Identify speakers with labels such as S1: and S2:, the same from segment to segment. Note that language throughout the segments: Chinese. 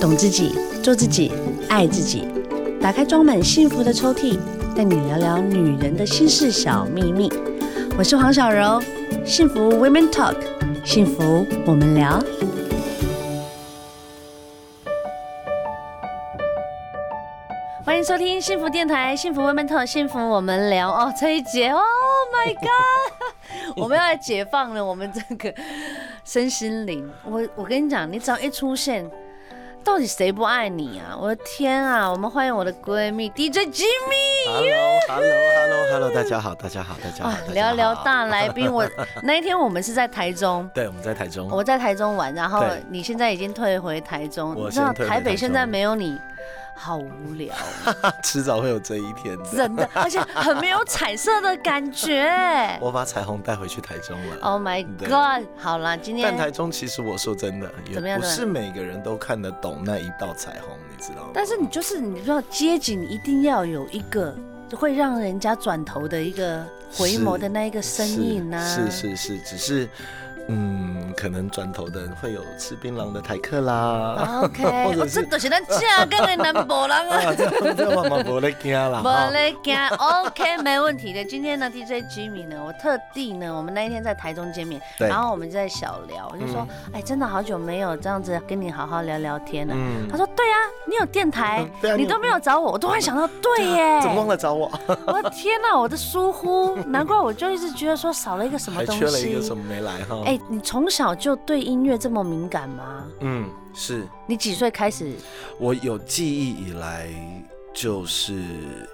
S1: 懂自己，做自己，爱自己。打开装满幸福的抽屉，带你聊聊女人的心事小秘密。我是黄小柔，幸福 Women Talk，幸福我们聊。欢迎收听幸福电台，幸福 Women Talk，幸福我们聊哦，崔姐，Oh my God，我们要来解放了我们这个身心灵。我我跟你讲，你只要一出现，到底谁不爱你啊？我的天啊！我们欢迎我的闺蜜 DJ Jimmy。
S2: Hello，Hello，Hello，Hello，大家好，大家好，大家好
S1: 啊，，
S2: 大家
S1: 聊聊
S2: 好。
S1: 大来宾。我那一天我们是在台中，
S2: 对，我们在台中。
S1: 我在台中玩，然后
S2: 对
S1: 你现在已经退回台中，
S2: 我
S1: 你知道
S2: 先退回
S1: 台北
S2: 台
S1: 现在
S2: 中
S1: 没有你，好无聊，
S2: 迟早会有这一天的。
S1: 真的，而且很没有彩色的感觉。
S2: 我把彩虹带回去台中了。
S1: Oh my
S2: 对
S1: god！好啦，今
S2: 但台
S1: 天，
S2: 中其实我说真的，
S1: 怎么样
S2: 也不
S1: 怎么
S2: 是每个人都看得懂那一道彩虹，你知道吗？
S1: 但是你就是你知道街景一定要有一个会让人家转头的一个回眸的那一个身影呐、啊，
S2: 是是是，只是嗯，可能转头的人会有吃槟榔的台客 啦。
S1: OK，
S2: 或者
S1: 哦，
S2: 是
S1: 这就是咱正港的南部人啊。
S2: 啊，这样这样嘛，不会惊啦。
S1: 没
S2: 哈
S1: 嘞，惊，OK，没问题的。今天呢，DJ Jimmy 呢，我特地呢，我们那一天在台中见面，
S2: 对
S1: 然后我们就在小聊，我就说，哎，真的好久没有这样子跟你好好聊聊天了。
S2: 嗯
S1: 他说，对啊，你有电台
S2: 嗯 对啊，
S1: 你
S2: 你
S1: 都没有找我，我突然想到，对耶，
S2: 怎么忘了找我？
S1: 我的天哪，我的疏忽，难怪我就一直觉得说少了一个什么
S2: 还
S1: 东
S2: 缺了一个什
S1: 西。
S2: 么没来哈？
S1: 哎，你从小就对音乐这么敏感吗？
S2: 嗯，是。
S1: 你几岁开始？
S2: 我有记忆以来，就是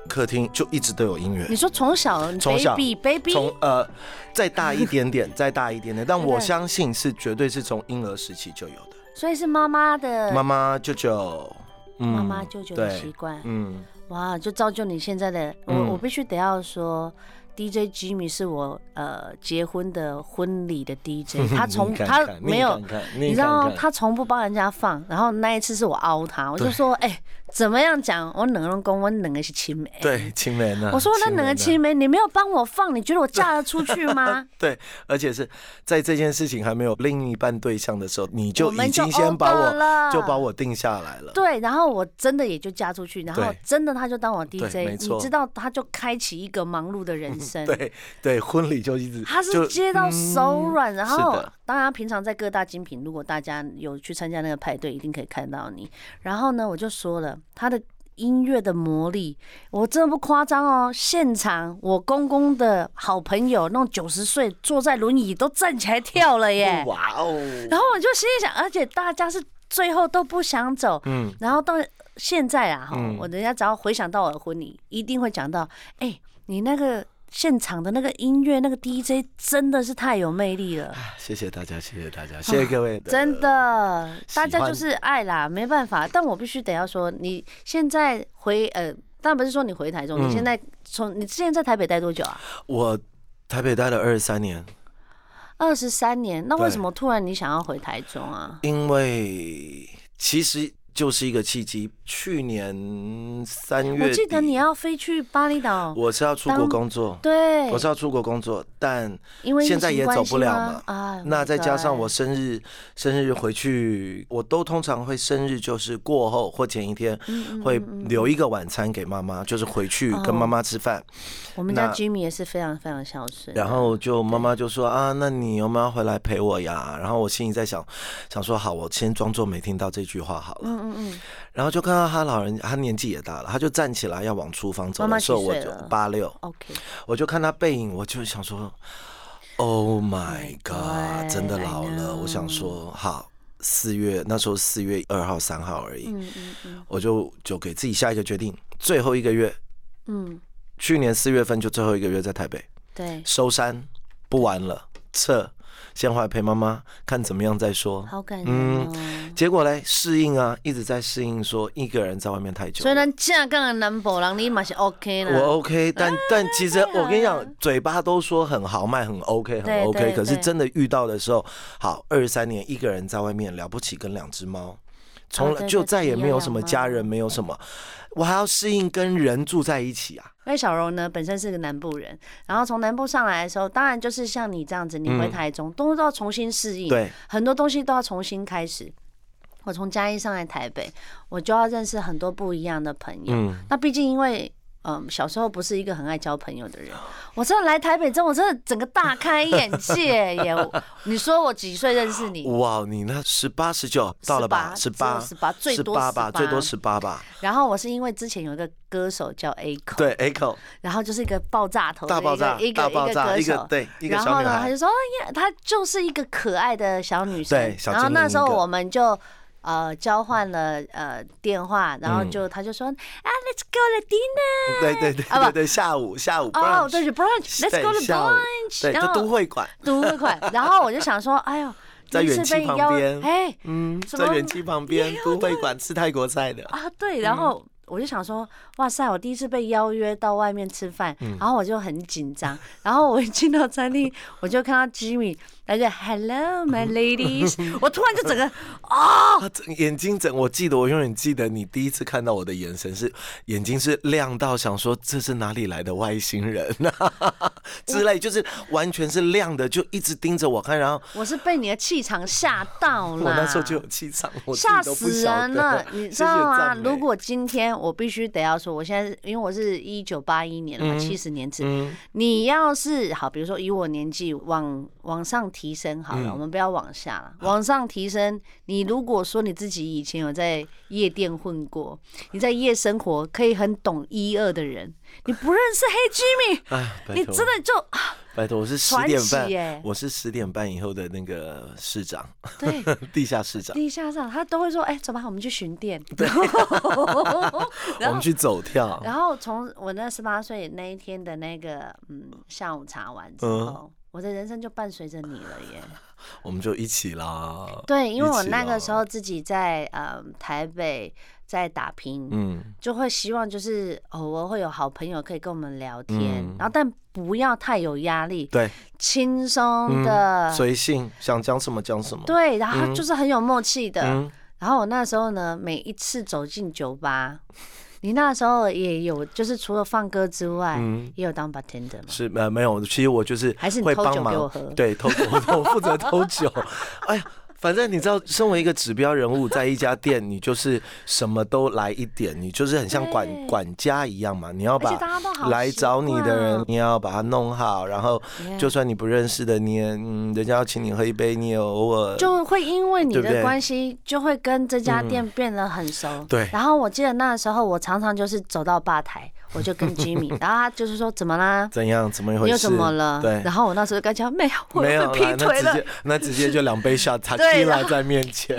S2: 客厅就一直都有音乐
S1: 你。说从小
S2: 从小
S1: ，baby baby，
S2: 从呃再大一点 点，再大一点点，但
S1: 对
S2: 我相信是绝对是从婴儿时期就有的。
S1: 所以是妈妈的
S2: 妈妈、舅舅，嗯
S1: 妈妈舅舅的习
S2: 对，
S1: 惯。
S2: 嗯，
S1: 哇，就造就你现在的我，
S2: 嗯
S1: 我必须得要说。DJ Jimmy 是我呃结婚的婚礼的 DJ，他从
S2: 你看
S1: 他
S2: 看
S1: 没有
S2: 你，看看
S1: 你
S2: 你
S1: 知道
S2: 看看
S1: 他从不帮人家放，然后那一次是我凹他，我就说哎、怎么样讲，我冷人公，我冷的是亲妹，
S2: 对青梅呢？
S1: 我说那冷
S2: 人
S1: 的
S2: 啊
S1: 亲妹，你没有帮我放，你觉得我嫁得出去吗？
S2: 对，而且是在这件事情还没有另一半对象的时候，你
S1: 我
S2: 就
S1: 们
S2: 已
S1: 就
S2: 经先把
S1: over 了
S2: 我就把我定下来了。
S1: 对，然后我真的也就嫁出去，然后
S2: 对
S1: 真的他就当我 DJ，
S2: 没
S1: 你
S2: 错
S1: 知道他就开启一个忙碌的 人生，
S2: 对对，婚礼就一直
S1: 他是
S2: 就
S1: 接到手
S2: 嗯
S1: 软，然
S2: 是
S1: 后
S2: 的
S1: 当然平常在各大精品，如果大家有去参加那个派对，一定可以看到你。然后呢，我就说了他的。音乐的魔力，我真的不夸张哦！现场我公公的好朋友，那种九十岁坐在轮椅都站起来跳了耶。
S2: 哇哦，
S1: 然后我就心里想，而且大家是最后都不想走，
S2: 嗯，
S1: 然后到现在啊，哈、
S2: 嗯
S1: 我人家只要回想到我的婚礼，一定会讲到，哎、你那个现场的那个音乐，那个 DJ 真的是太有魅力了，
S2: 谢谢大家，谢谢大家，谢谢各位，
S1: 啊真的，
S2: 喜
S1: 大
S2: 欢
S1: 家就是爱啦，没办法。但我必须得要说，你现在回呃，但不是说你回台中，
S2: 嗯
S1: 你现在从你之前在台北待多久啊？
S2: 我台北待了二十三年，
S1: 二十三年，那为
S2: 对
S1: 什么突然你想要回台中啊？
S2: 因为其实就是一个契机。去年三月底，
S1: 我记得你要飞去巴厘岛，
S2: 我是要出国工作，
S1: 对，
S2: 我是要出国工作，但
S1: 因为疫
S2: 现在
S1: 情
S2: 也
S1: 关
S2: 走
S1: 系
S2: 不了
S1: 吗
S2: 嘛
S1: 啊，
S2: 那再加上
S1: my
S2: 我生日，生日回去，我都通常会生日就是过后或前一天
S1: 嗯
S2: 会留一个晚餐给妈妈，就是回去跟妈
S1: 哦
S2: 妈吃饭。
S1: God，我们家
S2: 那
S1: Jimmy 也是非常非常孝顺。
S2: 然后就妈妈就说啊，那你有没有要回来陪我呀？然后我心里在想，想说好，我先装作没听到这句话好了。
S1: 嗯嗯
S2: 然后就看到他老人，他年纪也大了，他就站起来要往厨房走
S1: 妈妈
S2: 的时候，
S1: 几
S2: 我
S1: 岁
S2: 就
S1: 了
S2: 八六，
S1: ，OK，
S2: 我就看他背影，我就想说，Oh my
S1: my
S2: god，真的
S1: God，I
S2: 老了。我想说好。四月那时候四月二号三号而已，
S1: 嗯嗯嗯
S2: 我就就给自己下一个决定，最后一个月，
S1: 嗯，
S2: 去年四月份就最后一个月在台北，
S1: 对，
S2: 收山，不玩了，撤，先回来陪妈妈，看怎么样再说。
S1: 好感人
S2: 嗯
S1: 哦。
S2: 结果嘞，适应啊，一直在适应，说一个人在外面太久
S1: 所以
S2: 了。
S1: 咱正港的南部人，你嘛是 OK
S2: 我
S1: 啦。
S2: OK，但
S1: 啊
S2: 但其实
S1: 太好
S2: 我跟你
S1: 了
S2: 讲，嘴巴都说很豪迈，很 OK，
S1: 对
S2: 很 OK，
S1: 对
S2: 可是
S1: 对
S2: 真的遇到的时候，好，二十三年一个人在外面了不起，跟两只猫，从
S1: 啊对
S2: 来就
S1: 对
S2: 再也
S1: 你
S2: 没
S1: 有
S2: 有
S1: 养
S2: 什么
S1: 猫
S2: 家人，没有什么，我还要适应跟人住在一起啊。
S1: 因为小柔呢本身是个南部人，然后从南部上来的时候，当然就是像你这样子，你回台中，都都要重新适应，
S2: 嗯对，
S1: 很多东西都要重新开始。我从嘉义上来台北，我就要认识很多不一样的朋友。
S2: 嗯
S1: 那毕竟因为。嗯，小时候不是一个很爱交朋友的人，
S2: 哦
S1: 我真的来台北之后，我真的整个大开眼界 耶！我你说我几岁认识你？
S2: 哇，你那十八十九到了吧？十八
S1: 只有18最多
S2: 18吧，
S1: 18
S2: 最多十八吧。
S1: 然后我是因为之前有一个歌手叫 A 口，
S2: 对，echo
S1: 然后就是一个爆炸头的
S2: 大
S1: 一个，
S2: 爆炸，
S1: 一个
S2: 大爆炸，
S1: 一
S2: 一
S1: 个歌
S2: 个
S1: 手。
S2: 对一个
S1: 然
S2: 小
S1: 后
S2: 女
S1: 呢，他
S2: 孩
S1: 就，说，哦耶，她就是一个可爱的小女生。
S2: 对小
S1: 然后
S2: 精
S1: 那
S2: 灵
S1: 时候
S2: 一个
S1: 我们就呃交换了呃电话，然后
S2: 嗯
S1: 就她就说、啊，Let's go to dinner。
S2: 对对对
S1: 啊不
S2: 对对，下午下午
S1: 哦，对
S2: brunch，
S1: 是 brunch，Let's
S2: 对
S1: go to
S2: 下午
S1: brunch。
S2: 对，
S1: 然
S2: 就都
S1: 后
S2: 会馆，
S1: 读会馆，然后我就想说，哎呦，
S2: 在
S1: 第一
S2: 远
S1: 次
S2: 期
S1: 被
S2: 旁
S1: 邀
S2: 边
S1: 哎
S2: 嗯，
S1: 什么
S2: 在远期旁边都会馆吃泰国菜的，
S1: 啊对，然后。
S2: 嗯
S1: 我就想说，哇塞！我第一次被邀约到外面吃饭，
S2: 嗯
S1: 然后我就很紧张。然后我一进到餐厅，我就看到 Jimmy，他就 Hello my ladies，我突然就整个
S2: 啊，这眼睛整，我记得我永远记得你第一次看到我的眼神是眼睛是亮到想说这是哪里来的外星人啊 之类，就是完全是亮的，就一直盯着我看，然后
S1: 我是被你的气场吓到了。
S2: 我那时候就有气场，我自
S1: 吓
S2: 己都不
S1: 死
S2: 晓
S1: 人
S2: 得
S1: 了，你知
S2: 谢谢
S1: 道吗？
S2: 赞美
S1: 如果今天我必须得要说，我现在因为我是一九八一年
S2: 嗯
S1: 嘛，七十年制，你要是好，比如说以我年纪往往上提升好
S2: 嗯
S1: 了，我们不要往下了，往上提升。你如果说你自己以前有在夜店混过，你在夜生活可以很懂一二的 人，你不认识黑 Jimmy，
S2: 哎，拜
S1: 你
S2: 托
S1: 真的就啊
S2: 拜托，我是十
S1: 传
S2: 点
S1: 奇耶
S2: 半，我是十点半以后的那个市长，
S1: 对。
S2: 地下市长，
S1: 地下上，他都会说：“哎、走吧，我们去巡店。”
S2: 我
S1: 然后
S2: 们去走跳，
S1: 然后从我那十八岁那一天的那个嗯下午茶完之
S2: 嗯
S1: 后，我的人生就伴随着你了耶。
S2: 我们就一起啦。
S1: 对，因为
S2: 一
S1: 我
S2: 起
S1: 那个
S2: 了
S1: 时候自己在呃台北在打拼，
S2: 嗯，
S1: 就会希望就是偶尔会有好朋友可以跟我们聊天，
S2: 嗯
S1: 然后但不要太有压力，
S2: 对，
S1: 轻松
S2: 嗯
S1: 的。
S2: 随性，想讲什么讲什么。
S1: 呃对，然后就是很有默契的。
S2: 嗯，
S1: 然后我那时候呢，每一次走进酒吧，你那时候也有，就是除了放歌之外，
S2: 嗯
S1: 也有当 bartender 嘛。
S2: 是呃没有，其实我就是
S1: 还是你
S2: 会
S1: 偷酒
S2: 帮
S1: 给我
S2: 忙
S1: 喝，
S2: 对，偷我我负责偷酒。哎呀，反正你知道，身为一个指标人物，在一家店，你就是什么都来一点，你就是很像管
S1: 对
S2: 管家一样嘛，你要
S1: 而且
S2: 把。
S1: 大家都好
S2: 来
S1: 习
S2: 找你的人
S1: 惯，
S2: 你也要把它弄好，然后
S1: 哦，
S2: 就
S1: 就
S2: 算你不认识的，你也嗯，人家要请你喝一杯，你也偶尔
S1: 就会因为你
S2: 对不
S1: 的
S2: 对
S1: 关系，就会跟这家店变得很熟。
S2: 对
S1: 然后我记得那时候，我常常就是走到吧台，我就跟 Jimmy，然后他就是说怎么啦？
S2: 怎样怎么一回
S1: 你
S2: 事？
S1: 又怎么了？
S2: 对
S1: 然，后我那时候就跟他讲没有，我
S2: 没有
S1: 被劈
S2: 啦，那
S1: 腿
S2: 直
S1: 了。
S2: 接那直接就两 杯下塔
S1: 对
S2: q
S1: 然
S2: a
S1: 后
S2: 在面前，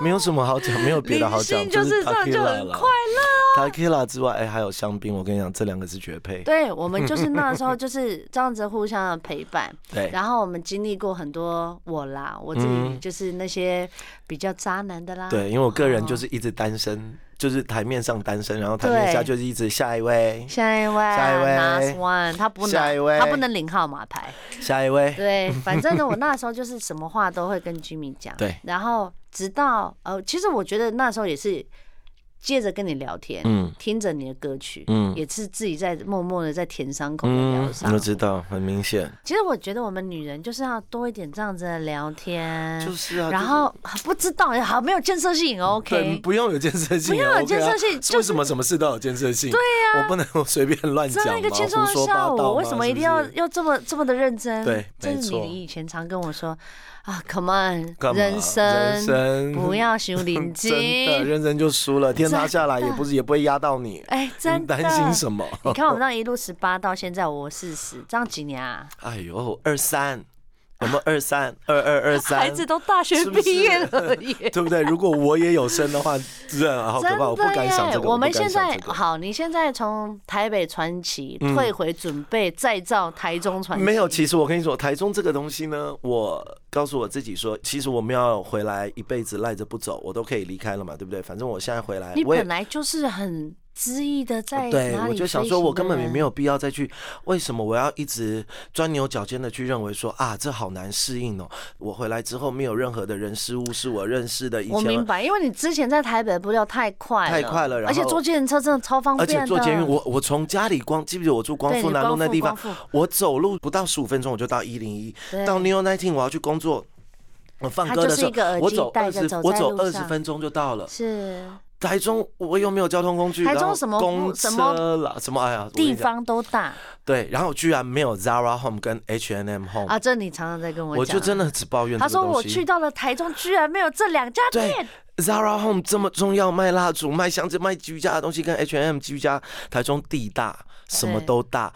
S2: 没有什么好讲，没有别的好讲，
S1: 性就是这
S2: 塔
S1: 样
S2: q
S1: 就
S2: a
S1: 很
S2: 了。
S1: 快 乐。哦
S2: 塔 q a 之外，哎，还有香槟，我跟你讲，这两个是绝配。
S1: 对我们就是那时候就是这样子互相的陪伴。
S2: 对，
S1: 然后我们经历过很多我啦，我自己
S2: 嗯
S1: 就是那些比较渣男的啦，
S2: 对，因为我个人就是一直单身，就是台面上单身，然后台面
S1: 哦对
S2: 下就是一直下一位，
S1: 下一位
S2: 下一位
S1: ，last one，他不
S2: 下一
S1: 能
S2: 位
S1: 他不能领号码牌，
S2: 下一位。
S1: 对，反正呢，我那时候就是什么话都会跟 Jimmy 讲，
S2: 对，
S1: 然后直到呃，其实我觉得那时候也是接着跟你聊天，
S2: 嗯
S1: 听着你的歌曲，
S2: 嗯
S1: 也是自己在默默的在填伤口的疗
S2: 嗯，
S1: 伤
S2: 我。知道，很明显，
S1: 其实我觉得我们女人就是要多一点这样子的聊天，
S2: 就是啊。
S1: 然
S2: 就是
S1: 后呃不知道好没有建设性
S2: 对，
S1: ，OK，
S2: 不用有建设
S1: 不
S2: 性啊，
S1: 要有
S2: OK 啊
S1: 建设性就是
S2: 为什么什么事都要有建设性？对呀，我不能随便乱
S1: 这
S2: 讲
S1: 样
S2: 嘛，
S1: 一个轻松
S2: 胡
S1: 的
S2: 说
S1: 下
S2: 八
S1: 午，
S2: 道
S1: 为
S2: 嘛
S1: 什么一
S2: 是不
S1: 定要
S2: 是
S1: 要这么这么的认真？
S2: 对
S1: 这
S2: 没
S1: 是
S2: 错
S1: 你以前常跟我说啊，Come on，
S2: 干嘛
S1: 人
S2: 人
S1: 生
S2: 生
S1: 不要修领
S2: 嗯 真的
S1: 巾，
S2: 认真就输了，天塌下来
S1: 真的
S2: 也不是也不会压到你，
S1: 哎，
S2: 你
S1: 真的。
S2: 担心什么？
S1: 你看我们那一路十八到现在，我四十，这样几年啊？
S2: 哎呦，二三有没有二三二二二 三？
S1: 孩子都大学
S2: 是不是
S1: 毕业了耶。
S2: 对不对？如果我也有生的话，真的好可
S1: 真
S2: 怕，我不
S1: 的
S2: 敢想
S1: 耶！
S2: 这个。
S1: 我们
S2: 不敢
S1: 现
S2: 想
S1: 在
S2: 这个
S1: 好，你现在从台北传奇
S2: 嗯
S1: 退回，准备再造台中传奇。
S2: 没有，其实我跟你说，台中这个东西呢，我告诉我自己说，其实我们要回来一辈子赖着不走，我都可以离开了嘛，对不对？反正我现在回来，
S1: 你
S2: 我也哦
S1: 本来就是很恣意的在
S2: 对，
S1: 哪里
S2: 我就想
S1: 飞
S2: 说，
S1: 行
S2: 我
S1: 的
S2: 根本也没
S1: 人啊
S2: 有必要再去，为什么我要一直钻牛角尖的去认为说啊，这好难适应哦。我回来之后没有任何的人事物是我认识的，以
S1: 我明
S2: 前。
S1: 白，因为你之前在台北的步调太快了，
S2: 太快了然
S1: 而且
S2: 后
S1: 坐电车真的超方
S2: 而
S1: 便的。
S2: 且坐监狱，我我从家里光记不记得我住光
S1: 对
S2: 复
S1: 你
S2: 南路
S1: 光
S2: 那
S1: 复
S2: 地方
S1: 光复，
S2: 我走路不到十五分钟我就到一零一
S1: 对，
S2: 到 New Nineteen 我要去工作，我放
S1: 它
S2: 歌
S1: 就
S2: 的
S1: 是
S2: 时
S1: 一个
S2: 候，
S1: 耳
S2: 我
S1: 机
S2: 走
S1: 戴
S2: 二
S1: 着
S2: 十
S1: 走，
S2: 我
S1: 在
S2: 走
S1: 路
S2: 二十
S1: 上
S2: 分钟就到了。
S1: 是
S2: 台中我又没有交通工具，
S1: 台中
S2: 然后
S1: 什么
S2: 公
S1: 什么
S2: 车啦，什么哎呀，我跟你
S1: 地
S2: 讲
S1: 方都大
S2: 对，然后居然没有 Zara Home 跟 H&M Home，、
S1: 啊，这你常常在跟我
S2: 我
S1: 讲，
S2: 就真的只抱怨这
S1: 他
S2: 个
S1: 说我
S2: 东
S1: 去
S2: 西。
S1: 到了台中，居然没有这两家
S2: 对
S1: 店，
S2: Zara Home 这么重要，卖蜡烛、卖箱子、卖居家的东西，跟 H&M 居家，台中地大，什么
S1: 对
S2: 都大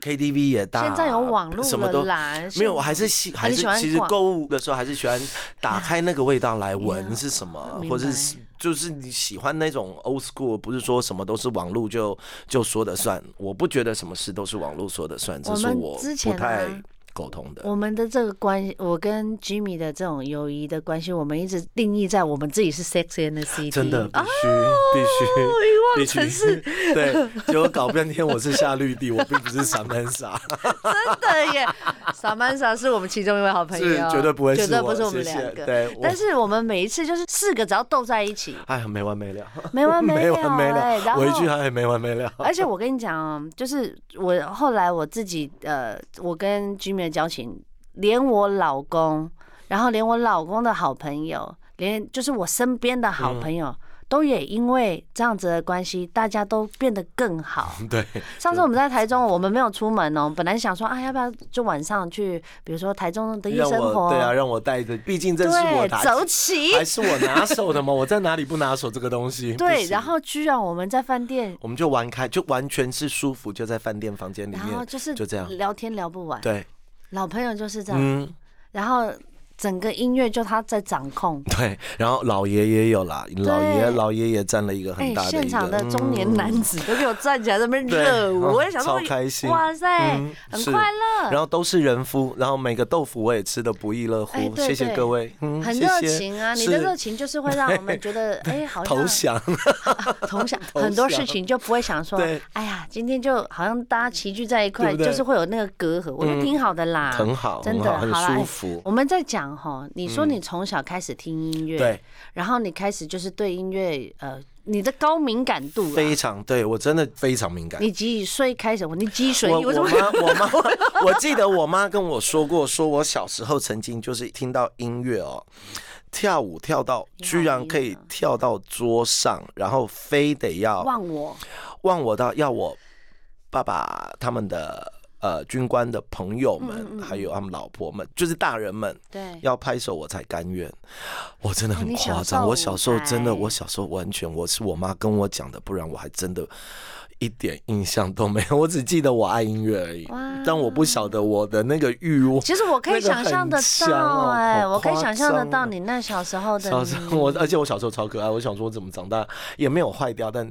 S2: ，KTV 也大，啊
S1: 现在有网络
S2: 什么
S1: 了
S2: 都
S1: 啦，
S2: 没有，
S1: 现
S2: 我还是喜还
S1: 很
S2: 是
S1: 喜欢
S2: 其实
S1: 逛
S2: 购物的时候还是喜欢打开那个味道 来
S1: Yeah，
S2: 闻是什么，
S1: 明
S2: 或者
S1: 白
S2: 是就是你喜欢那种 old school，不是说什么都是网络就就说的算，我不觉得什么事都是网络说的算，这
S1: 我
S2: 是
S1: 们
S2: 我
S1: 之前
S2: 不
S1: 啊
S2: 太沟通的。
S1: 我们的这个关系，我跟 Jimmy 的这种友谊的关系，我们一直定义在我们自己是 Sex and the City，
S2: 真的必
S1: 啊，
S2: 须、必须，
S1: 哦遗忘
S2: 必须
S1: 城市，
S2: 对，结果搞半天我是夏绿蒂，我并不是傻曼莎，
S1: 真的耶。萨曼莎是我们其中一位 好朋友，
S2: 是绝对不会
S1: 绝
S2: 是
S1: 对
S2: 我，
S1: 不是我们
S2: 谢
S1: 两
S2: 谢
S1: 个。
S2: 对，我
S1: 但是我们每一次就是四个只要斗在一 起，
S2: 哎呀没完没了，
S1: 没完没
S2: 没
S1: 了、
S2: 完没
S1: 哎然
S2: 了，
S1: 后
S2: 我一句还没完没了，
S1: 而且我跟你讲哦，就是我后来我自己呃，我跟 Jimmy 的交情，连我老公，然后连我老公的好朋友，连就是我身边的好朋
S2: 嗯
S1: 友。都也因为这样子的关系，大家都变得更好。
S2: 对。
S1: 上次我们在台中，我们没有出门哦、本来想说啊，要不要就晚上去，比如说台中的夜
S2: 让
S1: 生活，
S2: 我对啊，让我带着，毕竟这是
S1: 对，
S2: 我拿
S1: 走起，
S2: 还是我拿手的嘛，我在哪里不拿手这个东西？哎不
S1: 对，
S2: 行
S1: 然后居然我们在饭店，
S2: 我们就玩开，就完全是舒服，就在饭店房间里
S1: 然后
S2: 面，
S1: 就是
S2: 就这样
S1: 聊天聊不完，
S2: 对，
S1: 老朋友就是这样，
S2: 嗯，
S1: 然后整个音乐就他在掌控。
S2: 对，然后老爷也有啦，老爷老爷也占了一个
S1: 哎
S2: 很大，的
S1: 现
S2: 一个嗯
S1: 场的中年男子都给我站起来在那边
S2: 对
S1: 热舞，
S2: 哦
S1: 我也想说，
S2: 超开心
S1: 哇塞，
S2: 嗯
S1: 很
S2: 是
S1: 快乐，
S2: 然后都是人夫，然后每个豆腐我也吃的不亦乐乎
S1: 哎，对
S2: 谢谢
S1: 对
S2: 各位，嗯，
S1: 很
S2: 谢
S1: 热
S2: 谢
S1: 情啊！你
S2: 是
S1: 的热情就是会让我们觉 得，哎，好像
S2: 投降，
S1: 同享
S2: 投
S1: 很多
S2: 降
S1: 事情就不会想说
S2: 对，
S1: 哎呀，今天就好像大家齐聚在一块，
S2: 对不对嗯
S1: 就是会有那个隔阂，我觉得挺好的啦，
S2: 很好，
S1: 啊真
S2: 很
S1: 的
S2: 好，很
S1: 好啦
S2: 舒
S1: 哎
S2: 服，嗯
S1: 我们在讲哈，你说你从小开始听音乐，
S2: 对，
S1: 然后你开始就是对音乐，呃，你的高敏感度啊，
S2: 非常对我真的非常敏感。
S1: 你几岁开始？你几岁？
S2: 我
S1: 我怎
S2: 我
S1: 么？
S2: 妈 我妈，我记得我妈跟我说过，说我小时候曾经就是听到音乐哦，跳舞跳到
S1: 你好
S2: 居然可
S1: 厉
S2: 以
S1: 害
S2: 跳到桌上，然后非得要
S1: 忘我，
S2: 忘我到要我爸爸他们的呃军官的朋友
S1: 嗯
S2: 们，还有他们老婆们，就是大人们。
S1: 对，
S2: 要拍手我才甘愿，我真的
S1: 哦
S2: 很
S1: 你
S2: 夸
S1: 享
S2: 张。
S1: 受
S2: 我小时候真的，
S1: 舞台
S2: 我小时候完全我是我妈跟我讲的，不然我还真的一点印象都没有。我 只记得我爱音乐而已
S1: 哇，
S2: 但我不晓得我的那个欲望。
S1: 其实我可以
S2: 那个
S1: 想
S2: 很
S1: 象得
S2: 香
S1: 到，
S2: 哦
S1: 哎，
S2: 好
S1: 我可以
S2: 夸
S1: 想象得
S2: 张
S1: 到
S2: 哦
S1: 你那小时候的
S2: 小时候
S1: 你
S2: 我，而且我小时候超可爱。我想说，我怎么长大也没有坏掉，但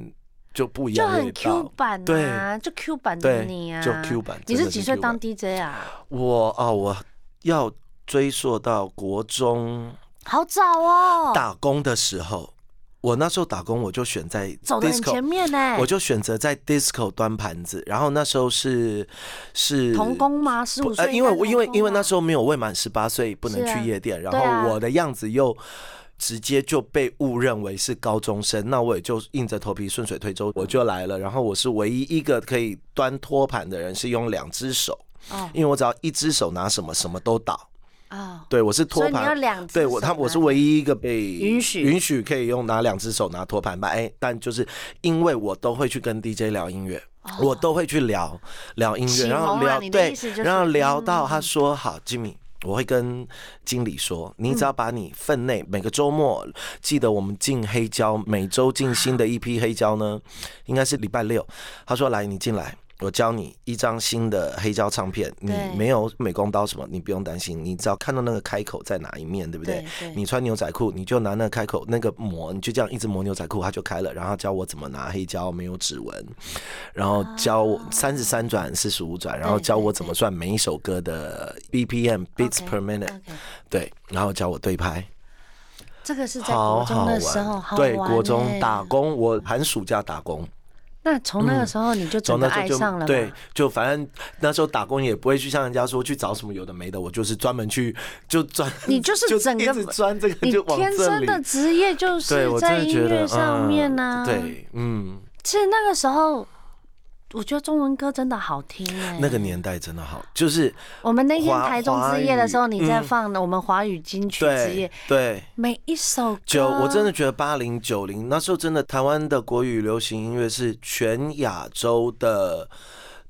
S2: 就不一
S1: 就
S2: 样的
S1: 很
S2: 味
S1: Q
S2: 道。
S1: 版啊，
S2: 对
S1: 就 Q 版的
S2: 对
S1: 你啊，
S2: 就 Q 版
S1: 你
S2: 真的
S1: 是
S2: 是
S1: 几岁
S2: Q 版
S1: 当 DJ 啊？
S2: 我啊，我要追溯到国中
S1: 好早哦，
S2: 打工的时候，我那时候打工，我就选在
S1: 走的很
S2: disco
S1: 前面呢。
S2: 我就选择在 disco 端盘子，然后那时候是是
S1: 童工吗？十五
S2: 不呃，
S1: 岁？
S2: 因为我
S1: 啊
S2: 因为因为那时
S1: 候
S2: 候没有未满十八岁不能
S1: 是啊
S2: 去夜店，然
S1: 对啊
S2: 后我的样子又。直接就被误认为是高中生，那我也就硬着头皮顺水推舟，我就来了。然后我是唯一一个可以端托盘的人，是用两只手，
S1: 哦
S2: 因为我只要一只手拿什么，什么都倒。
S1: 哦，
S2: 对我是
S1: 所
S2: 托
S1: 以你
S2: 盘，
S1: 要两只
S2: 对我，
S1: 手
S2: 他我是
S1: 拿
S2: 唯一一个被
S1: 允许
S2: 允许可以用拿两只手拿托盘吧。哎，但就是因为我都会去跟 DJ 聊音乐。我都会去聊聊音乐，
S1: 哦启
S2: 然后
S1: 蒙啊
S2: 聊
S1: 你的
S2: 对
S1: 意思就，是
S2: 然后聊到他说好，Jimmy，我会跟经理说，你只要把你分内每个周末记得我们进黑胶，每周进 新的一批黑胶呢，应该是礼拜六。他说来，你进来，我教你一张新的黑胶唱片，你
S1: 对
S2: 没有美工刀什么，你不用担心，你只要看到那个开口在哪一面，对不对？
S1: 对对
S2: 你穿牛仔裤，你就拿那个开口那个磨，你就这样一直磨牛仔裤，它就开了。然后教我怎么拿黑胶，没有指纹，然后教我三十三转、四十五转，然后
S1: 啊对
S2: 教
S1: 对
S2: 我怎么算每一首歌的 BPM beats
S1: OK，
S2: per minute，
S1: OK
S2: 对，然后教我对拍。
S1: 这个是在
S2: 好
S1: 国中
S2: 好
S1: 的时候，好
S2: 玩，对，
S1: 玩
S2: 国中
S1: 欸
S2: 打。工，我寒暑假打工，
S1: 那从那个时候你就
S2: 嗯
S1: 整
S2: 从
S1: 个
S2: 那时候
S1: 爱
S2: 就
S1: 上了吗
S2: 对，就反正那时候打工也不会去像人家说去找什么有的没的，我就是专门去就钻，
S1: 你就是
S2: 就
S1: 整个
S2: 一直钻这个
S1: 你
S2: 就往
S1: 天
S2: 这
S1: 生
S2: 里
S1: 的。职业就
S2: 对，
S1: 是
S2: 我
S1: 在
S2: 真的
S1: 音
S2: 觉得嗯
S1: 啊乐上面呢、
S2: 嗯对，嗯，
S1: 其实那个时候，我觉得中文歌真的好听哎、
S2: 那个年代真的好，就是
S1: 我们那天
S2: 华
S1: 台中之夜的时候，
S2: 华语
S1: 你在放我们华语金曲之夜
S2: 对，对。
S1: 每一首歌，
S2: 九，我真的觉得八零九零那时候真的台湾的国语流行音乐是全亚洲的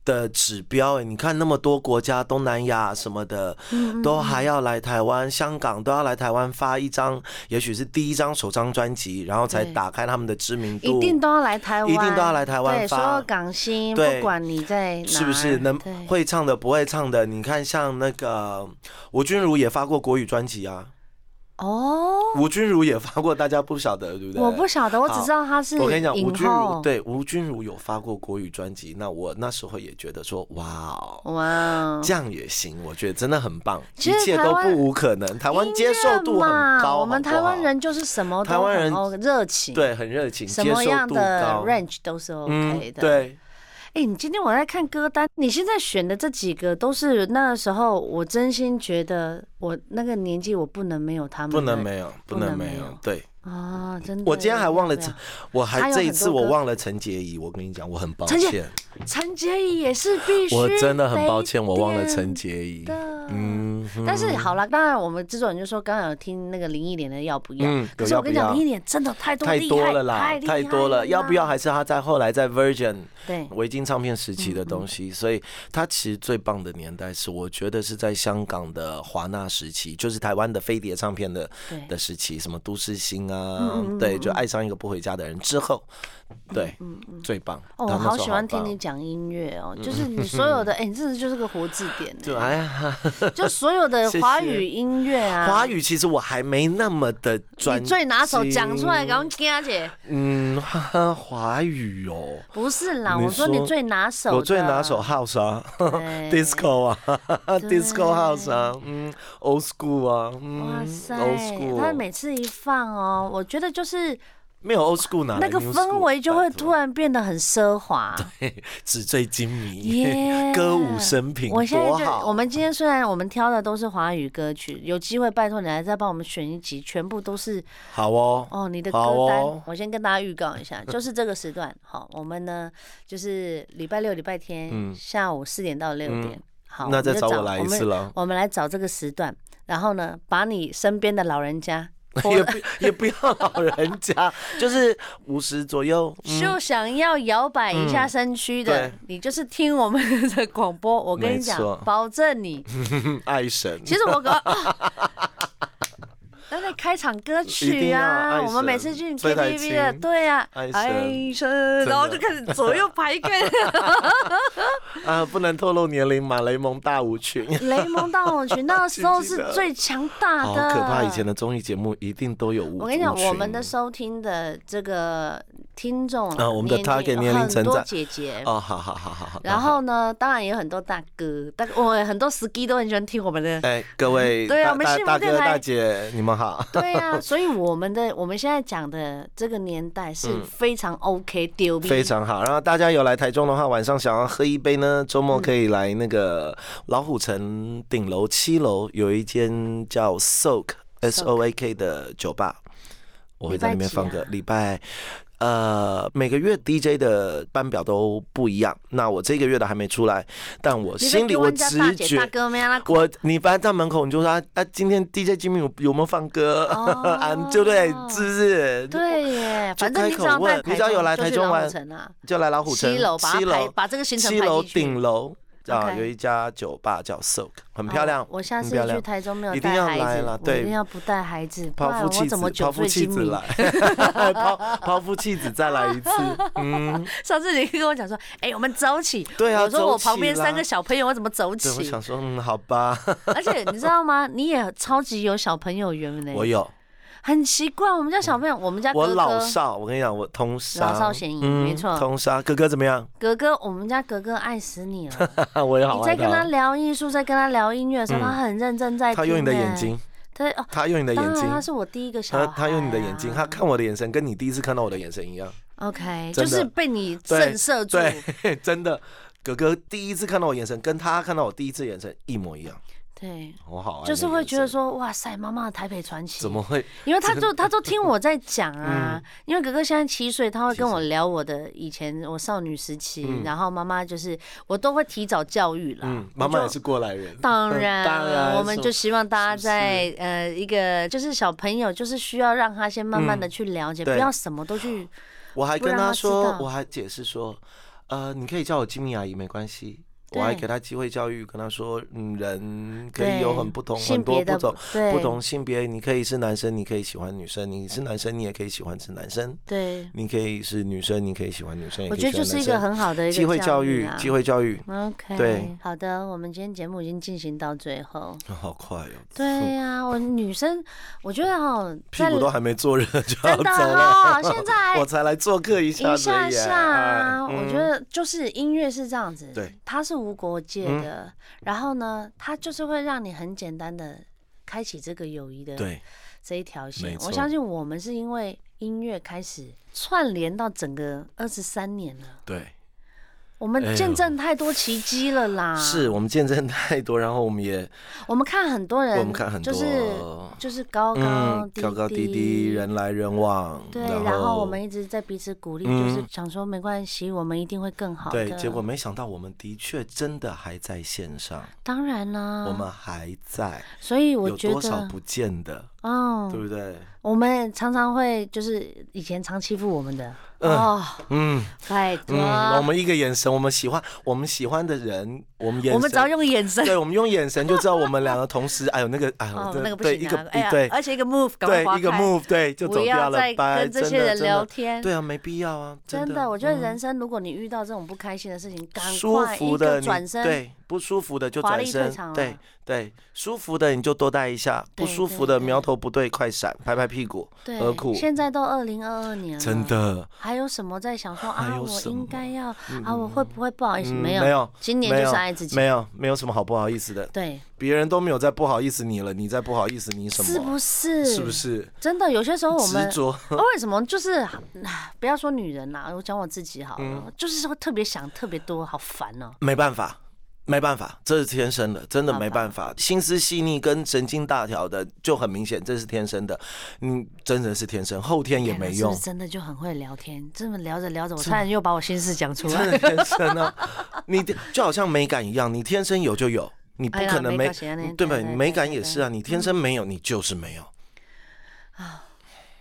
S2: 的指标、欸。你看那么多国家，东南亚什么的，
S1: 嗯
S2: 都还要来台湾，香港都要来台湾发一张，也许是第一张首张专辑，然后才
S1: 对
S2: 打开他们的知名
S1: 一
S2: 度。
S1: 定都要来台湾，
S2: 哦一定都要来台湾
S1: 对，所
S2: 发
S1: 有港星，
S2: 对
S1: 不管你在哪儿，
S2: 是不是能
S1: 对
S2: 会唱的不会唱的？你看像那个吴君如也发过国语专辑啊，
S1: 哦？
S2: 吴君如也发过，大家不晓得对不对？
S1: 我不晓得，我只知道他是
S2: 我跟你讲，吴
S1: 影
S2: 君如
S1: 后。
S2: 对吴君如有发过国语专辑，那我那时候也觉得说，哇哦，
S1: 哇哦，
S2: 这样也行，我觉得真的很棒，
S1: 其
S2: 一
S1: 实
S2: 切
S1: 台
S2: 都
S1: 湾
S2: 不无可能。台湾
S1: 音
S2: 接受
S1: 乐
S2: 度很
S1: 嘛
S2: 高，
S1: 我们
S2: 好不
S1: 台湾
S2: 好
S1: 人就是什么都
S2: 台湾
S1: 很
S2: 人
S1: OK，热情，，
S2: 对很热情，
S1: 什
S2: 接
S1: 么
S2: 受
S1: 样
S2: 度
S1: 的
S2: 高。嗯
S1: range 都是 OK 的。
S2: 对，
S1: 哎、你今天我在看歌单，你现在选的这几个都是那时候，我真心觉得我那个年纪我不能没有他们的，
S2: 不能没有，不
S1: 不
S2: 能
S1: 能
S2: 没
S1: 没
S2: 有
S1: 有。
S2: 对
S1: 啊，真的耶。啊
S2: 我今天还忘了
S1: 要不
S2: 陈
S1: 要，
S2: 我
S1: 还
S2: 还
S1: 有
S2: 这一
S1: 很
S2: 次
S1: 多
S2: 我
S1: 歌
S2: 忘了陈洁仪，我跟你讲，我很抱
S1: 陈洁
S2: 歉，
S1: 陈洁仪也是必须，
S2: 我真的很抱歉，我忘了陈洁仪。
S1: 的。
S2: 嗯哼，
S1: 但是好了，当然我们制作人就说刚刚有听那个林忆莲的要不要，
S2: 嗯
S1: 可
S2: 有
S1: 是我
S2: 要
S1: 跟你
S2: 不
S1: 讲，
S2: 要
S1: 林忆莲真的太多
S2: 太
S1: 厉
S2: 多
S1: 害
S2: 了啦，
S1: 厉
S2: 太多
S1: 害
S2: 了。要不要还是他在后来在 Virgin
S1: 对
S2: 维京唱片时期
S1: 嗯
S2: 的东西，所以他其实最棒的年代是，我觉得是在香港的华纳时期，就是台湾的飞碟唱片的
S1: 对嗯
S2: 的时期，什么都市星啊，对，就爱上一个不回家的人之后，对，最棒。
S1: 哦，
S2: 他
S1: 我
S2: 那时候
S1: 好喜欢听
S2: 棒嗯
S1: 你。讲音乐哦，就是你所有 的，哎，你真的就是个活字典
S2: 对，
S1: 哎，
S2: 哎呀，
S1: 就所有的
S2: 谢谢
S1: 华语音乐啊，
S2: 华语其实我还没那么的专，
S1: 你最拿手讲出来，给我们听姐。
S2: 嗯，哈哈华语哦，
S1: 不是啦，
S2: 你
S1: 我说你
S2: 说
S1: 最拿手的，
S2: 我最拿手 house 啊，disco 啊，disco house 啊，嗯，old school 啊，嗯
S1: 哇塞
S2: ，old，school，
S1: 他每次一放哦，我觉得就是
S2: 没有 old school 哪来
S1: 那个
S2: new
S1: 氛围
S2: school，
S1: 就会
S2: 拜托
S1: 突然变得很奢华。
S2: 纸醉金迷
S1: 耶
S2: 歌舞升平，
S1: 我现在
S2: 多
S1: 就，
S2: 好。啊
S1: 我们今天虽然我们挑的都是华语歌曲，有机会拜托你来再帮我们选一集，全部都是
S2: 好哦，
S1: 哦，你的歌
S2: 好
S1: 单，
S2: 哦
S1: 我先跟大家预告一 下，就是这个时段。好，我们呢就是礼拜六、礼拜天、下午四点到六点。好，
S2: 嗯那
S1: 我们
S2: 再
S1: 就
S2: 找我来一次
S1: 我
S2: 了
S1: 们。我们来找这个时段，然后呢，把你身边的老人家拖
S2: 也不也不要老人家，就是五十左右，嗯
S1: 就想要摇摆一下身躯的，
S2: 对
S1: 你就是听我们的广播。我跟你
S2: 没
S1: 讲
S2: 错，
S1: 保证你。
S2: 嗯爱神。
S1: 其实我 搞。那那开场歌
S2: 一
S1: 曲
S2: 定要
S1: 啊，
S2: 爱
S1: 我们每
S2: 神
S1: 次去
S2: 崔台
S1: KTV 的，
S2: 青
S1: 对啊，
S2: 爱神
S1: 神，
S2: 的
S1: 然后就开始左右排队。
S2: 啊，不能透露年龄嘛，雷蒙大舞群，
S1: 雷蒙大舞群那时候是最强大
S2: 好
S1: 的，
S2: 哦可怕！以前的综艺节目一定都有舞。
S1: 我跟你讲
S2: 舞，群
S1: 我们的收听的这个听众
S2: 啊我们的
S1: 年
S2: target 年龄
S1: 很
S2: 层
S1: 多
S2: 在
S1: 姐姐。
S2: 哦，好好好好好。
S1: 然后呢，当然也有很多大哥，大哥，我很多司机都很喜欢听我们的
S2: 哎，各位
S1: 对啊
S2: 大
S1: 我们
S2: 大
S1: 幸福
S2: 大
S1: 电
S2: 哥
S1: 台
S2: 大姐，你们好。
S1: 对啊，所以我们的我们现在讲的这个年代是非常 OK 丢逼，
S2: 嗯非常好，然后大家有来台中的话，晚上想要喝一杯呢，周
S1: 嗯
S2: 末可以来那个老虎城顶楼七楼有一间叫 Soak S O A K 的酒吧，我会在那边放个礼拜。
S1: 啊
S2: 呃，每个月 DJ 的班表都不一样。那我这个月的还没出来，但我
S1: 你
S2: 心里我
S1: 在给人家大
S2: 直
S1: 姐大
S2: 觉，
S1: 哥们啊，
S2: 我你搬到门口你就说啊，啊今天 DJ 金明有有没有放歌？
S1: 哦
S2: 啊，对不对？是不是？，
S1: 对耶，
S2: 就
S1: 反正你
S2: 开
S1: 只
S2: 口
S1: 要在
S2: 问
S1: 台
S2: 你只要有来
S1: 就
S2: 台
S1: 去
S2: 中
S1: 老虎
S2: 玩
S1: 城啊，
S2: 就来老虎城
S1: 七楼把它
S2: 七
S1: 排
S2: 楼
S1: 把这个行程
S2: 七
S1: 排
S2: 楼
S1: 进去
S2: 顶楼啊，
S1: OK
S2: 有一家酒吧叫 Soak，很漂亮
S1: 哦。我下
S2: 很
S1: 次
S2: 漂亮
S1: 去台中没有
S2: 一定
S1: 带
S2: 要
S1: 孩
S2: 来
S1: 子
S2: 啦，
S1: 我一
S2: 对
S1: 定要不带孩子，不
S2: 抛
S1: 然
S2: 夫
S1: 我
S2: 弃
S1: 怎么
S2: 子，
S1: 酒
S2: 抛夫
S1: 醉
S2: 弃
S1: 金
S2: 子
S1: 迷？
S2: 来， 抛抛夫弃子再来一 次。嗯，
S1: 上次你跟我讲说，哎，我们走起，
S2: 对啊
S1: 我说
S2: 走
S1: 我旁
S2: 起
S1: 边三
S2: 啦
S1: 个小朋友，我怎么 走
S2: 对，我
S1: 起？
S2: 想说，嗯，好吧，
S1: 而且你知道吗？你也超级有小朋友缘呢，
S2: 我有，
S1: 很奇怪，我们家小朋友，我们家
S2: 我
S1: 哥
S2: 老
S1: 哥。
S2: 少，我跟你讲，我通杀，嗯
S1: 老少咸宜没错
S2: 通杀。哥哥怎么样？
S1: 格格，我们家格格爱死你了。
S2: 我也好
S1: 你
S2: 爱
S1: 在跟他
S2: 他。
S1: 聊艺术，在跟他聊音乐的时候，他很认真在听。
S2: 嗯他用你的眼，睛，
S1: 他哦，
S2: 他用你的
S1: 当
S2: 眼
S1: 然
S2: 睛，
S1: 他是我第一个小孩
S2: 他
S1: 啊。
S2: 他用你的眼睛，他看我的眼神跟你第一次看到我的眼神一样。
S1: OK，
S2: 真
S1: 就
S2: 的
S1: 是被你
S2: 对
S1: 震慑住。
S2: 对，真的，哥哥第一次看到我眼神，跟他看到我第一次眼神一模一样。
S1: 对，
S2: 我好爱，
S1: 就是会觉得。说，哎哇塞，妈妈的台北传奇
S2: 怎么嗯会？
S1: 因为他就他都听我在讲 啊，因为哥哥现在七岁，他会跟我聊我的以前我少女时期，然后妈妈就是我都会提早教育啦。
S2: 嗯，妈妈
S1: 我
S2: 也
S1: 就是
S2: 过来人，
S1: 当
S2: 嗯
S1: 然，
S2: 当然，
S1: 我们就是希望大家
S2: 是不
S1: 在呃一个就是小朋友，就是需要让他先慢慢的去了解，
S2: 嗯对
S1: 不要什么都去。
S2: 我还
S1: 不
S2: 跟
S1: 让
S2: 他
S1: 他知
S2: 说
S1: 道，
S2: 我还解释说，呃，你可以叫我金米阿姨没关系。我
S1: 对
S2: 还给他机会教育，跟他说，嗯，人可以
S1: 对
S2: 有很不同，很
S1: 性
S2: 多
S1: 别
S2: 不
S1: 的
S2: 同，
S1: 对
S2: 不同性别，你可以是男生，你可以喜欢女生；你是男生，你也可以喜欢是男生；
S1: 对，
S2: 你可以是女生，你可以喜欢女生。也
S1: 我
S2: 可以
S1: 觉得就
S2: 喜欢
S1: 是
S2: 男
S1: 一个
S2: 生
S1: 很好的一个
S2: 机会教
S1: 育
S2: 育，
S1: 啊
S2: 机。会教育，
S1: OK，
S2: 对
S1: 好的，我们今天节目已经进行到最后。
S2: 好快哦！
S1: 对呀、我女生，我觉得哦，
S2: 屁
S1: 在
S2: 股都还没坐热就 要
S1: 真
S2: 走
S1: 的
S2: 了
S1: 哦，，现在
S2: 我才来做客一下
S1: 一
S2: 子
S1: 下
S2: 耶
S1: 下
S2: 哎
S1: 啊，我
S2: 嗯
S1: 觉得就是音乐是这样子，
S2: 对，嗯
S1: 它是无国界的，然后呢，它就是会让你很简单的开启这个友谊的
S2: 对，
S1: 这一条线
S2: 没。错
S1: 我相信我们是因为音乐开始串联到整个二十三年了，
S2: 对，
S1: 我
S2: 哎
S1: 们
S2: 呦
S1: 见证太多奇迹了啦。
S2: 是我们见证太多，然后我们也
S1: 我们看很多人，
S2: 我们看很多
S1: 就是就是高高
S2: 嗯
S1: 低
S2: 高高低低，人来人往，
S1: 对，然后我们一直在彼此鼓励，就是想说没关系，我们一定会更好的。
S2: 嗯对，结果没想到我们的确真的还在线上，
S1: 当然啦，
S2: 我们还在，
S1: 所以嗯我
S2: 有
S1: 觉
S2: 多少
S1: 得，
S2: 不见的，对
S1: 嗯，
S2: 不对？
S1: 我们常常会就是以前常欺负我们的，
S2: 嗯
S1: 哦，
S2: 嗯
S1: 拜托，
S2: 嗯，我们一个眼神，我们喜欢我们喜欢的人，我们眼神，
S1: 我们只要用眼 神，
S2: 对，我们用眼神就知道我们两个同时，哎呦那个，哎呦
S1: 哦，
S2: 这
S1: 那个不
S2: 对
S1: 行
S2: 一
S1: 啊
S2: 个，
S1: 哎呀，
S2: 对
S1: 而且一个 move，赶快划
S2: 对一个
S1: 开
S2: move，对就走
S1: 不
S2: 掉
S1: 要
S2: 了
S1: 再，
S2: 拜，
S1: 跟这
S2: 真
S1: 些
S2: 的
S1: 人
S2: 真
S1: 聊
S2: 的，
S1: 天，
S2: 对啊，没必要啊，
S1: 真
S2: 的
S1: 的，，我觉得人生如果你遇到这种不开心的事情，赶
S2: 舒
S1: 快一
S2: 服的
S1: 个
S2: 你
S1: 转身，
S2: 对，不舒服的就
S1: 华
S2: 转
S1: 丽啊
S2: 身
S1: 退场，
S2: 对
S1: 了
S2: 对，舒服的你就多待一下，不
S1: 对
S2: 舒服
S1: 对
S2: 的
S1: 对
S2: 苗头不对，快闪，拍拍屁股，
S1: 对
S2: 何苦？
S1: 现在都二零二二年了，
S2: 真。的，
S1: 还有什么在想说
S2: 还
S1: 啊？
S2: 有
S1: 我
S2: 什
S1: 应
S2: 么
S1: 该要啊？我会不会不好意思？
S2: 嗯
S1: 没有，
S2: 没有
S1: 今年
S2: 没
S1: 就是
S2: 有
S1: 爱自己。
S2: 没有没有什么好不好意思的，
S1: 对，
S2: 别人都没有在不好意思你了，你在不好意思你什
S1: 是
S2: 么？
S1: 不是？
S2: 是不？是
S1: 真的，有些时候我们哦
S2: 执着？
S1: 为什么就是 啊不要说女人啦，我讲我自己好了，
S2: 嗯
S1: 就是会特别想特别多，好烦哦、
S2: 没办法，没办法，这是天生的，真的
S1: 好吧
S2: 没办法。心思细腻跟神经大条的就很明显，这是天生的，嗯，真的是天生，后天也
S1: 天哪
S2: 没
S1: 是不
S2: 用
S1: 是，真的就很会聊天，这么聊着聊着，我差点又把我心事讲出
S2: 真
S1: 来。
S2: 的天生啊。你的就好像美感一样，你天生有就有，你不
S1: 哎呀
S2: 可能
S1: 美
S2: 没
S1: 感型的那，
S2: 对吧？
S1: 对对
S2: 美感
S1: 对
S2: 也
S1: 对嗯
S2: 是啊，你天生没有，你就是没有，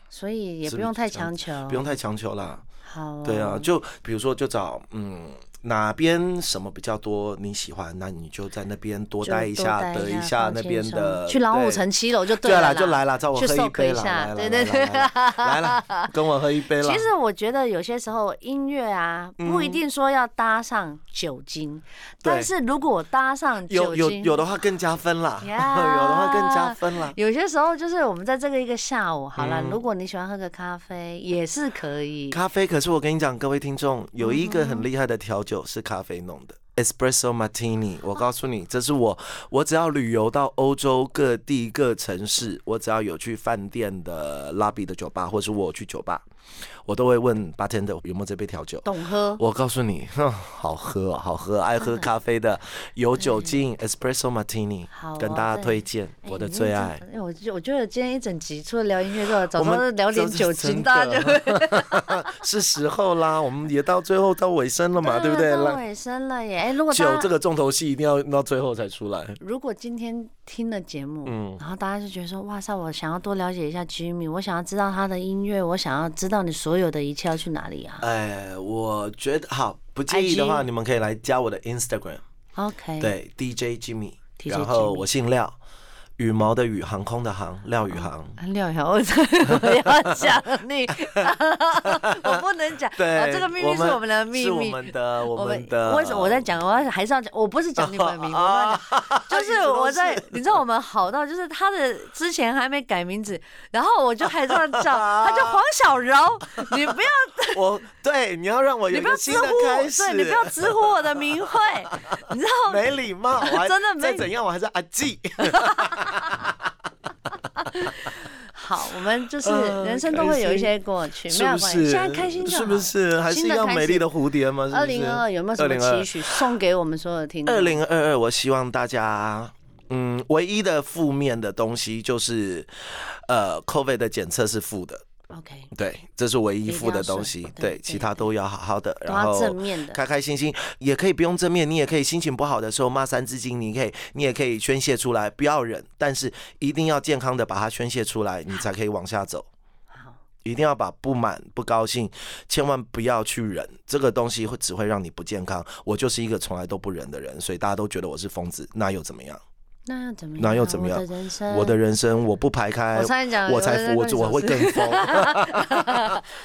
S1: 所以也不
S2: 是不是
S1: 用太
S2: 这样
S1: 强求，
S2: 不用太强求啦。
S1: 好、哦，
S2: 对啊，，就比如说就找嗯。哪边什么比较多你喜欢，那你就在那边多待一下，得
S1: 一
S2: 下
S1: 放
S2: 那
S1: 轻
S2: 边
S1: 松
S2: 的
S1: 去老虎
S2: 对
S1: 城七楼就
S2: 对
S1: 了
S2: 啦，
S1: 啦，
S2: 就来了，找我
S1: 去
S2: 喝一
S1: soak
S2: 杯
S1: 一
S2: 啦，
S1: 下
S2: 来啦
S1: 对
S2: 来啦
S1: 对
S2: 来啦来了，跟我喝一杯啦
S1: 其。实我觉得有些时候音乐啊，不一定说要搭上酒精，
S2: 嗯对
S1: 但是如果搭上酒
S2: 有有
S1: 精，
S2: 有的话更加分啦， 有
S1: 呀
S2: 的话更加分啦。
S1: 有些时候就是我们在这个一个下午，好了，如果你喜欢喝个咖啡也是可以。
S2: 咖啡，可是我跟你讲，各位听众，有一个很厉害的调酒是咖啡弄的。Espresso Martini，我告诉你，这是我，我只要旅游到欧洲各地各城市，我只要有去饭店的 lobby 的酒吧，或是我去酒吧，我都会问 bartender 有没有这杯调酒。
S1: 懂 喝，
S2: 我告诉你， 哼，好喝、哦，好喝，爱
S1: 嗯
S2: 喝咖啡的有酒精 espresso martini，
S1: 好哦
S2: 跟大家推荐我的最爱。
S1: 哎。我觉我觉得今天一整集除了聊音乐之外，早上聊
S2: 真
S1: 点
S2: 的
S1: 酒精，大家就会
S2: 是时候啦，我们也到最后到尾声了嘛，对不对？
S1: 啊到
S2: 来，
S1: 尾声了耶！哎，如果
S2: 酒
S1: 大
S2: 这
S1: 家
S2: 个重头戏一定要到最后才出来。
S1: 如果今天听了节目，
S2: 嗯
S1: 然后大家就觉得说，哇塞，我想要多了解一下 Jimmy，我想要知道他的音乐，我想要知道你所有的一切要去哪里啊
S2: 哎，我觉得好，不介意的话，
S1: IG
S2: 你们可以来加我的 Instagram，
S1: ？OK，，
S2: 对，DJ Jimmy，
S1: DJ
S2: 然后
S1: 哎 Jimmy
S2: 我姓廖，羽毛的羽，航空的航，廖宇航。
S1: 廖一下， 我不要讲 你， 我不能讲，
S2: 对，
S1: 啊这个秘密是我们的秘
S2: 是我
S1: 密。
S2: 们 的，我们的。啊
S1: 为什么我在讲？我要还是要讲，我不是讲你本名，我要讲 就是我在，你知道我们好到，就是他的之前还没改名字，然后我就还这样叫，他叫黄小柔，你不要
S2: 我对你要让 我有
S1: 你
S2: 一
S1: 不要
S2: 个
S1: 直
S2: 新
S1: 呼
S2: 的
S1: 我，
S2: 开始，
S1: 对你不要直呼我的名讳，你知道吗？
S2: 没礼貌，我 还
S1: 真的没
S2: 再怎样我还是阿 纪，
S1: 好，我们就是
S2: 呃
S1: 人生都会有一些过去，没
S2: 是
S1: 有
S2: 不
S1: 关
S2: 是？
S1: 系，现在开心就是好。
S2: 不是？还是一样美丽的蝴蝶吗？
S1: 二零二二有没有什么期许送给我们所有听众？
S2: 二零二二，我希望大家。嗯，唯一的负面的东西就是，呃，COVID 的检测是负的，
S1: OK，
S2: 对，这是唯一
S1: 定
S2: 负的
S1: 要
S2: 东
S1: 顺
S2: 西
S1: 对，
S2: 对
S1: 对，
S2: 其他
S1: 对
S2: 都要好好的，
S1: 都
S2: 然
S1: 要
S2: 后
S1: 正面的。
S2: 开开心心，也可以不用正面，你也可以心情不好的时候骂三字经，你可以你也可以宣泄出来，不要忍，但是一定要健康的把它宣泄出来，你才可以往下走。
S1: 好，
S2: 一定要把不满、不高兴，千万不要去忍，这个东西会只会让你不健康。我就是一个从来都不忍的人，所以大家都觉得我是疯子，那又怎么样？
S1: 那又怎么样？
S2: 那又怎么样
S1: 我的人生，
S2: 我的人生我不排
S1: 嗯
S2: 开
S1: 我，差点讲，
S2: 我才
S1: 的人
S2: 我
S1: 生
S2: 我会更 疯。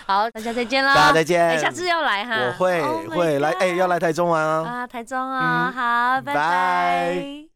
S1: 好，大家再见啦！
S2: 大家再见
S1: 哎下次要来哈，
S2: 我会
S1: Oh my
S2: 会来，哎，
S1: God
S2: 要来台中玩啊。
S1: 啊，台中哦，好，拜
S2: 拜
S1: 拜。